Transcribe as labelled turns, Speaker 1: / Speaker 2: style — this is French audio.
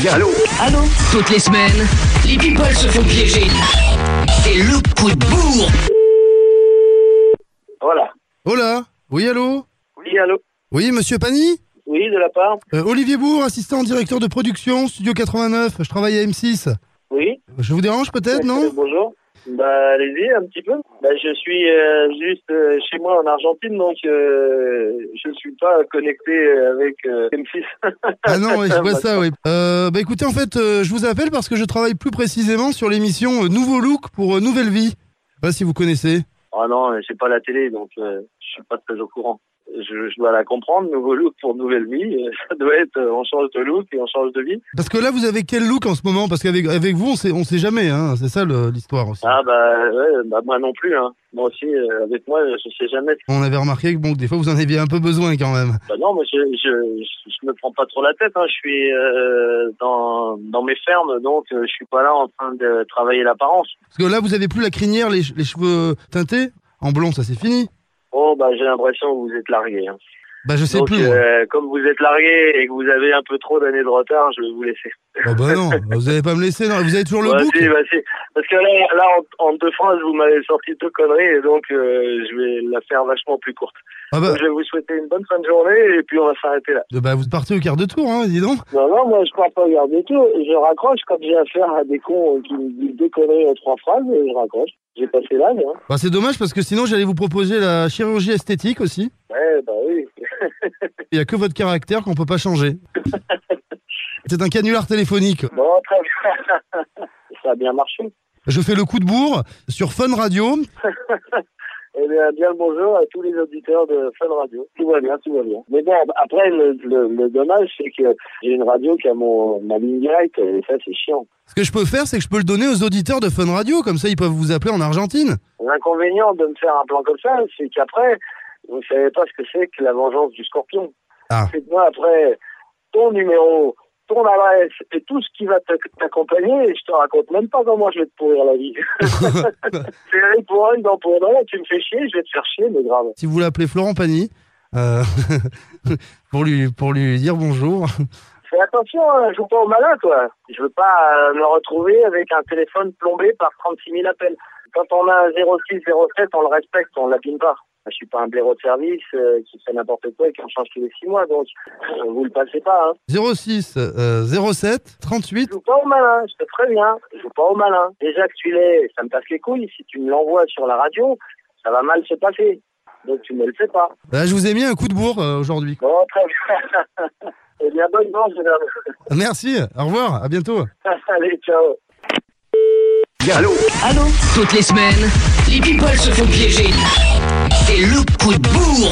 Speaker 1: Bien. Allô
Speaker 2: Allô
Speaker 3: Toutes les semaines, les people se font piéger. C'est le coup de bourre.
Speaker 1: Voilà.
Speaker 4: Oh là Oui, allô
Speaker 1: Oui, allô
Speaker 4: Oui, monsieur Pani
Speaker 1: Oui, de la part
Speaker 4: Euh, Olivier Bourg, assistant directeur de production, Studio 89, je travaille à M6.
Speaker 1: Oui
Speaker 4: Je vous dérange peut-être,
Speaker 1: Euh,
Speaker 4: non
Speaker 1: Bonjour. Bah, allez-y, un petit peu. Bah, je suis euh, juste euh, chez moi en Argentine, donc euh, je ne suis pas connecté euh, avec euh, M6.
Speaker 4: Ah non, ouais, je vois ça, oui. Euh, bah écoutez, en fait, euh, je vous appelle parce que je travaille plus précisément sur l'émission euh, Nouveau Look pour euh, Nouvelle Vie. Je sais pas si vous connaissez.
Speaker 1: Ah non, j'ai pas la télé, donc euh, je suis pas très au courant. Je, je dois la comprendre, nouveau look pour nouvelle vie. euh, Ça doit être, euh, on change de look et on change de vie.
Speaker 4: Parce que là, vous avez quel look en ce moment Parce qu'avec avec vous, on sait, on sait jamais, hein. c'est ça le- l'histoire aussi.
Speaker 1: Ah bah, ouais, bah moi non plus. Hein. Moi aussi, euh, avec moi, je sais jamais.
Speaker 4: On avait remarqué que bon, que des fois, vous en aviez un peu besoin quand même.
Speaker 1: Bah non, moi je, je, je, je me prends pas trop la tête. Hein. Je suis euh, dans, dans mes fermes, donc euh, je suis pas là en train de travailler l'apparence.
Speaker 4: Parce que là, vous avez plus la crinière, les, che- les cheveux teintés en blond, ça c'est fini.
Speaker 1: Oh bah j'ai l'impression que vous êtes largué. hein.
Speaker 4: Bah je sais
Speaker 1: Donc
Speaker 4: plus. moi.
Speaker 1: euh, comme vous êtes largué et que vous avez un peu trop d'années de retard, je vais vous laisser.
Speaker 4: Oh bah non, vous allez pas me laisser, non. vous avez toujours le
Speaker 1: Bah,
Speaker 4: bouc
Speaker 1: si, bah, si. Parce que là, là en, en deux phrases, vous m'avez sorti deux conneries et donc euh, je vais la faire vachement plus courte.
Speaker 4: Ah bah,
Speaker 1: Donc, je vais vous souhaiter une bonne fin de journée et puis on va s'arrêter là.
Speaker 4: bah, vous partez au quart de tour, hein, dis donc.
Speaker 1: Non, non, moi je pars pas regarder tout. Je raccroche quand j'ai affaire à des cons qui me disent deux conneries en trois phrases, je raccroche. J'ai passé l'âge. Hein.
Speaker 4: Bah, c'est dommage parce que sinon j'allais vous proposer la chirurgie esthétique aussi.
Speaker 1: Ouais, bah oui.
Speaker 4: Il y a que votre caractère qu'on peut pas changer. c'est un canular téléphonique.
Speaker 1: Bon, très bien. Ça a bien marché.
Speaker 4: Je fais le coup de bourre sur Fun Radio.
Speaker 1: Eh bien, bien le bonjour à tous les auditeurs de Fun Radio. Tout va bien, tout va bien. Mais bon, après, le, le, le dommage, c'est que j'ai une radio qui a mon, ma ligne directe, et ça, c'est chiant.
Speaker 4: Ce que je peux faire, c'est que je peux le donner aux auditeurs de Fun Radio, comme ça ils peuvent vous appeler en Argentine.
Speaker 1: L'inconvénient de me faire un plan comme ça, c'est qu'après, vous ne savez pas ce que c'est que la vengeance du scorpion.
Speaker 4: Ah.
Speaker 1: C'est que moi, après, ton numéro, ton adresse et tout ce qui va t'ac- t'accompagner, je te raconte même pas comment je vais te pourrir la vie. c'est allez pour une, dans pour une, tu me fais chier, je vais te faire chier, mais grave.
Speaker 4: Si vous l'appelez Florent Pagny, euh, pour, lui, pour lui dire bonjour.
Speaker 1: Fais attention, hein, joue pas au malin, toi. Je veux pas euh, me retrouver avec un téléphone plombé par 36 000 appels. Quand on a un 06, 07, on le respecte, on l'abîme pas. Je suis pas un blaireau de service euh, qui fait n'importe quoi et qui en change tous les 6 mois, donc euh, vous le passez pas. Hein.
Speaker 4: 06 euh, 07 38.
Speaker 1: Joue pas au malin, je te préviens. Joue pas au malin. Déjà que tu l'es, ça me passe les couilles. Si tu me l'envoies sur la radio, ça va mal se passer. Donc tu ne le fais pas.
Speaker 4: Là, je vous ai mis un coup de bourre euh, aujourd'hui.
Speaker 1: Bon, très bien. Eh bien, bonne chance, mesdames.
Speaker 4: Merci, au revoir, à bientôt.
Speaker 1: Allez, ciao.
Speaker 5: Allô
Speaker 2: Allô
Speaker 3: Toutes les semaines, les people se font piéger. C'est le coup de bourre.